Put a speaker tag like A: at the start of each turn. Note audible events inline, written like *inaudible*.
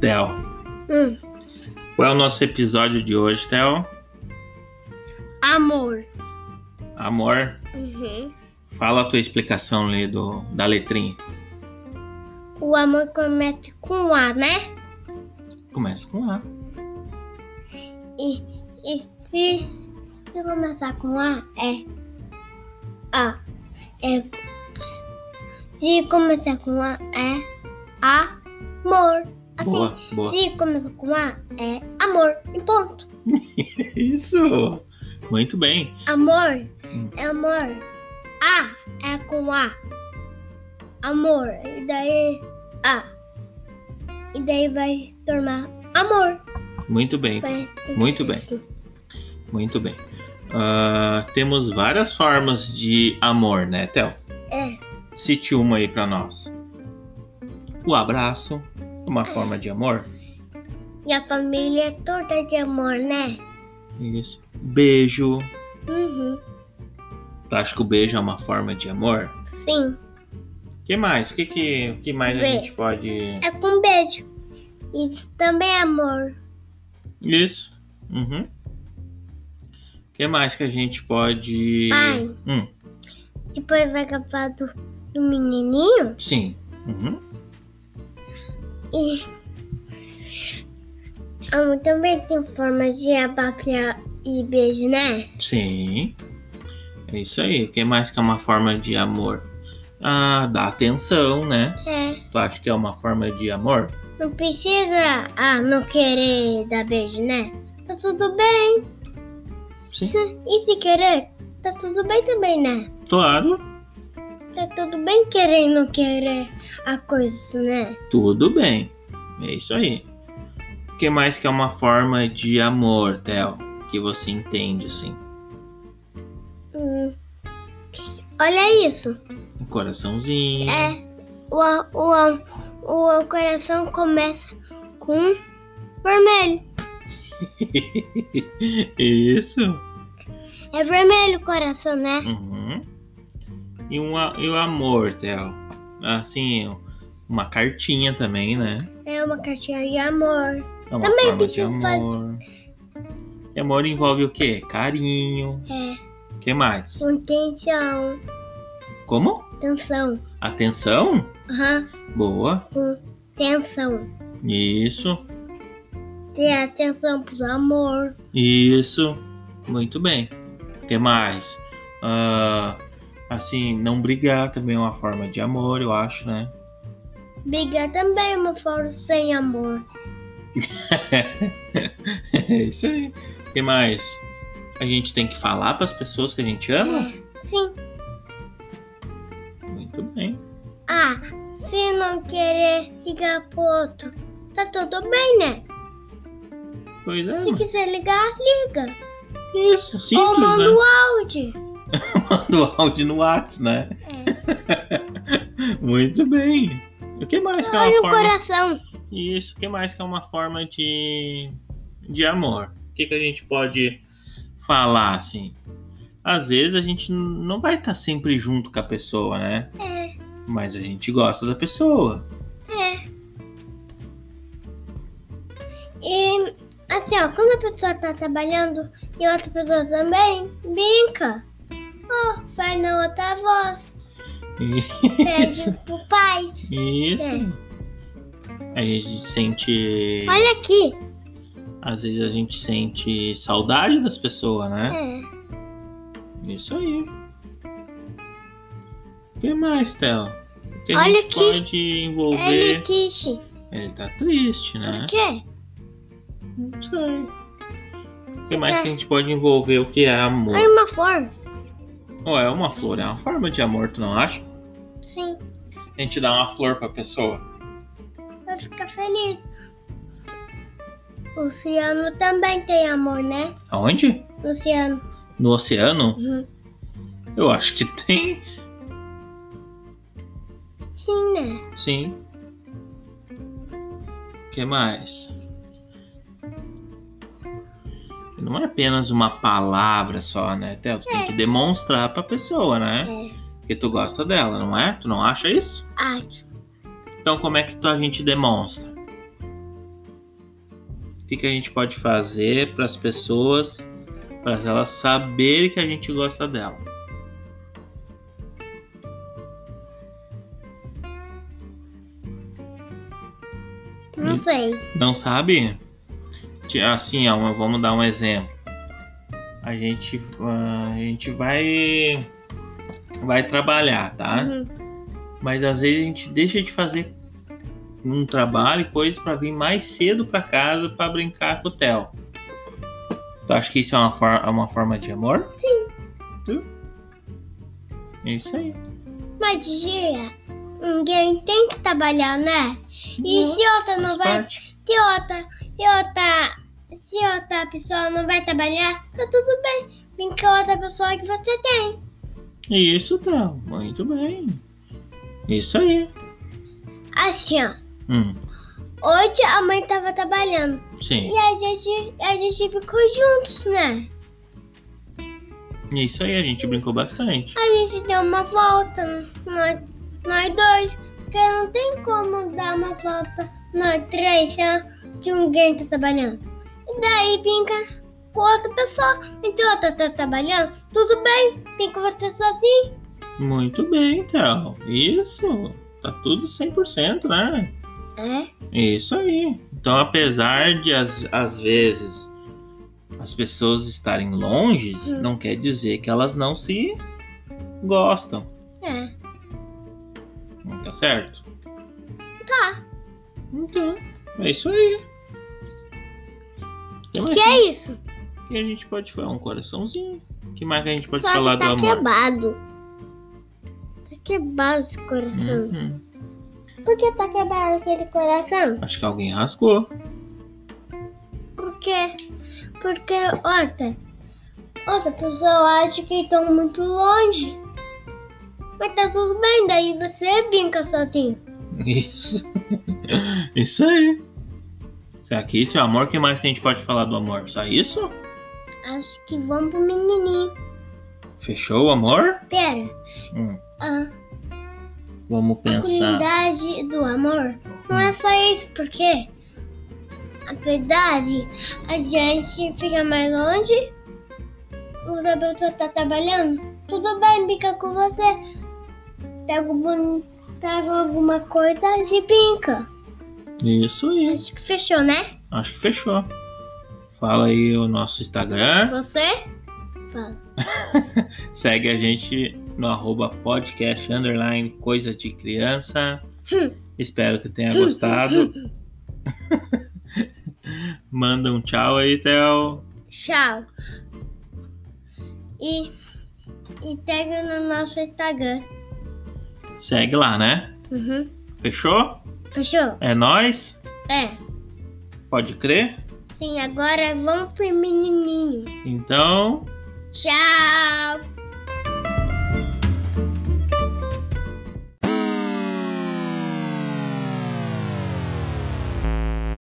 A: Theo.
B: Hum.
A: Qual é o nosso episódio de hoje, Theo?
B: Amor.
A: Amor,
B: Uhum.
A: fala a tua explicação ali do, da letrinha.
B: O amor começa com A, né?
A: Começa com A.
B: E, e se, se começar com A, é A. É, se começar com A, é amor. Assim,
A: Boa, boa. *laughs*
B: se começar com A, é amor. E ponto.
A: Isso! Muito bem.
B: Amor
A: Hum.
B: é amor. A é com A. Amor. E daí A. E daí vai tornar amor.
A: Muito bem.
B: Vai ficar
A: Muito bem.
B: assim.
A: Muito bem. Ah, temos várias formas de amor, né, Theo?
B: É.
A: Cite uma aí pra nós. O abraço, uma forma de amor.
B: E a família é toda de amor, né?
A: Isso. Beijo.
B: Uhum.
A: Tu acha que o beijo é uma forma de amor?
B: Sim.
A: O que mais? O que, que, o que mais a
B: Beijo.
A: gente pode.
B: É com beijo. Isso também é amor.
A: Isso. Uhum. O que mais que a gente pode.
B: Pai.
A: Hum,
B: Depois vai acabar do, do menininho.
A: sim. Uhum.
B: E. *laughs* Amor também tem forma de abraço e beijo, né?
A: Sim. É isso aí. O que mais que é uma forma de amor? Ah, dá atenção, né?
B: É.
A: Tu acha que é uma forma de amor?
B: Não precisa ah, não querer dar beijo, né? Tá tudo bem.
A: Sim.
B: Se- E se querer, tá tudo bem também, né?
A: Claro.
B: Tá tudo bem querer e não querer a coisa, né?
A: Tudo bem. É isso aí. O que mais que é uma forma de amor, Theo? Que você entende, assim?
B: Hum. Olha isso.
A: Um coraçãozinho.
B: É. O, a- o, a- o, o coração começa com vermelho.
A: *laughs* Isso.
B: É vermelho o coração, né?
A: Uhum. E, um, a- e o amor, Theo? Assim, uma cartinha também, né?
B: É uma cartinha de amor.
A: É uma
B: Também
A: forma de
B: preciso fazer-
A: amor. E amor envolve o quê? Carinho.
B: É.
A: O que mais?
B: Com tensão.
A: Como?
B: Tensão.
A: Atenção?
B: Aham.
A: Boa.
B: Com tensão.
A: Isso.
B: Ter atenção pro amor.
A: Isso. Muito bem. O que mais? Ah, assim, não brigar também é uma forma de amor, eu acho, né? *laughs*
B: Brigar também é uma forma sem amor.
A: É isso aí. O que mais? A gente tem que falar para as pessoas que a gente ama?
B: É, Sim.
A: Muito bem.
B: Ah, se não querer ligar pro outro, tá tudo bem, né?
A: Pois é.
B: Se
A: mano.
B: quiser ligar, liga.
A: Isso,
B: Ou
A: simples,
B: manda
A: né?
B: o áudio.
A: *laughs* Manda o áudio no WhatsApp, né?
B: É.
A: Muito bem. O que mais que é
B: Olha
A: uma
B: o
A: forma?
B: coração.
A: Isso, o que mais que é uma forma de de amor? O que que a gente pode falar assim? Às vezes a gente n- não vai estar sempre junto com a pessoa, né?
B: É,
A: Mas a gente gosta da pessoa.
B: é. E assim, ó, quando a pessoa tá trabalhando e outra pessoa também, brinca. Oh, vai na outra voz. Pede pro pai.
A: Isso.
B: É.
A: A gente sente.
B: Olha aqui.
A: Às vezes a gente sente saudade das pessoas, né?
B: É.
A: Isso aí. O que mais, Théo? O que a
B: Olha
A: gente
B: aqui.
A: pode envolver.
B: Ele
A: Ele...
B: quis.
A: tá triste, né?
B: é Por quê?
A: Não sei. O que
B: É.
A: mais que a gente pode envolver? O que é amor?
B: Olha uma flor.
A: Ou é uma flor, é uma forma de amor, tu não acha?
B: Sim.
A: A gente dá uma flor pra pessoa.
B: Vai ficar feliz. Luciano também tem amor, né?
A: Aonde?
B: Luciano.
A: No oceano?
B: Uhum.
A: Eu acho que tem.
B: Sim, né?
A: Sim. O que mais? Não é apenas uma palavra só, né, Theo? Tu tem que demonstrar pra pessoa, né?
B: É.
A: Que tu gosta dela, não é? Tu não acha isso?
B: Acho.
A: Então como é que tu- a gente demonstra? que, que a gente pode fazer para as pessoas, para elas saberem que a gente gosta dela.
B: Não sei.
A: Não sabe? Ti- Assim, ó, mas vamos dar um exemplo. A gente, ah, a gente vai, vai trabalhar, tá?
B: Uhum.
A: Mas às vezes a gente deixa de fazer um trabalho e coisa para vir mais cedo para casa para brincar com o Theo. Tu acha que isso é uma, for- é uma forma de amor? Sim. Tu? É isso aí.
B: Mas, Gia, ninguém tem que trabalhar, né? E
A: Não,
B: se outra não
A: Faz
B: vai.
A: parte.
B: Se outra. Se outra. Se outra pessoa não vai trabalhar, tá tudo bem. Vem com a outra pessoa que você tem.
A: Isso, Theo. Muito bem. Isso aí.
B: Assim, ó.
A: Hum,
B: Hoje a mãe tava trabalhando.
A: sim.
B: E a gente, a gente ficou juntos, né?
A: Isso aí, a gente brincou bastante.
B: A gente deu uma volta, nós, nós dois. Porque não tem como dar uma volta, nós três, se ninguém tá trabalhando. E daí brinca com outra pessoa. Então outra tá trabalhando, tudo bem, fica você sozinho.
A: Muito bem, Théo. Isso. Tá tudo 100%, né?
B: É?
A: Isso aí. Então, apesar de, às, às vezes, as pessoas estarem longe,
B: Hum.
A: não quer dizer que elas não se gostam.
B: É.
A: Tá certo?
B: Tá.
A: Então, é isso aí. O que mais
B: Que é isso?
A: que a gente pode falar? Um coraçãozinho. O que mais que a gente pode
B: Só
A: falar
B: que
A: do
B: tá
A: amor?
B: quebrado. Tá quebrado esse coração.
A: Uhum.
B: Por que tá quebrado aquele coração?
A: Acho que alguém rasgou.
B: Porque, porque outra, outra pessoa acha que estão muito longe. Mas tá tudo bem, daí você brinca sozinho.
A: Isso. *laughs* Isso aí. Será que isso é amor? O que mais que a gente pode falar do amor? Só isso?
B: Acho que vamos pro menininho.
A: Fechou o amor?
B: Pera, Ah.
A: Hum,
B: a
A: Vamos pensar.
B: comunidade do amor não é só isso, porque a verdade, a gente fica mais longe, outra pessoa tá trabalhando. Tudo bem, brinca com você. Pega, o bone- pega alguma coisa e brinca.
A: Isso aí.
B: Acho que fechou, né?
A: Acho que fechou. Fala aí o nosso Instagram.
B: Você? Fala.
A: Segue a gente no arroba podcast underline coisa de criança. Espero que tenha
B: *laughs*
A: gostado. Manda um tchau aí, Theo.
B: Tchau. E, e pega no nosso Instagram.
A: Segue lá, né?
B: Uhum.
A: Fechou?
B: Fechou?
A: É nóis?
B: É.
A: Pode crer?
B: Sim, agora vamos pro menininho.
A: Então,
B: Tchau.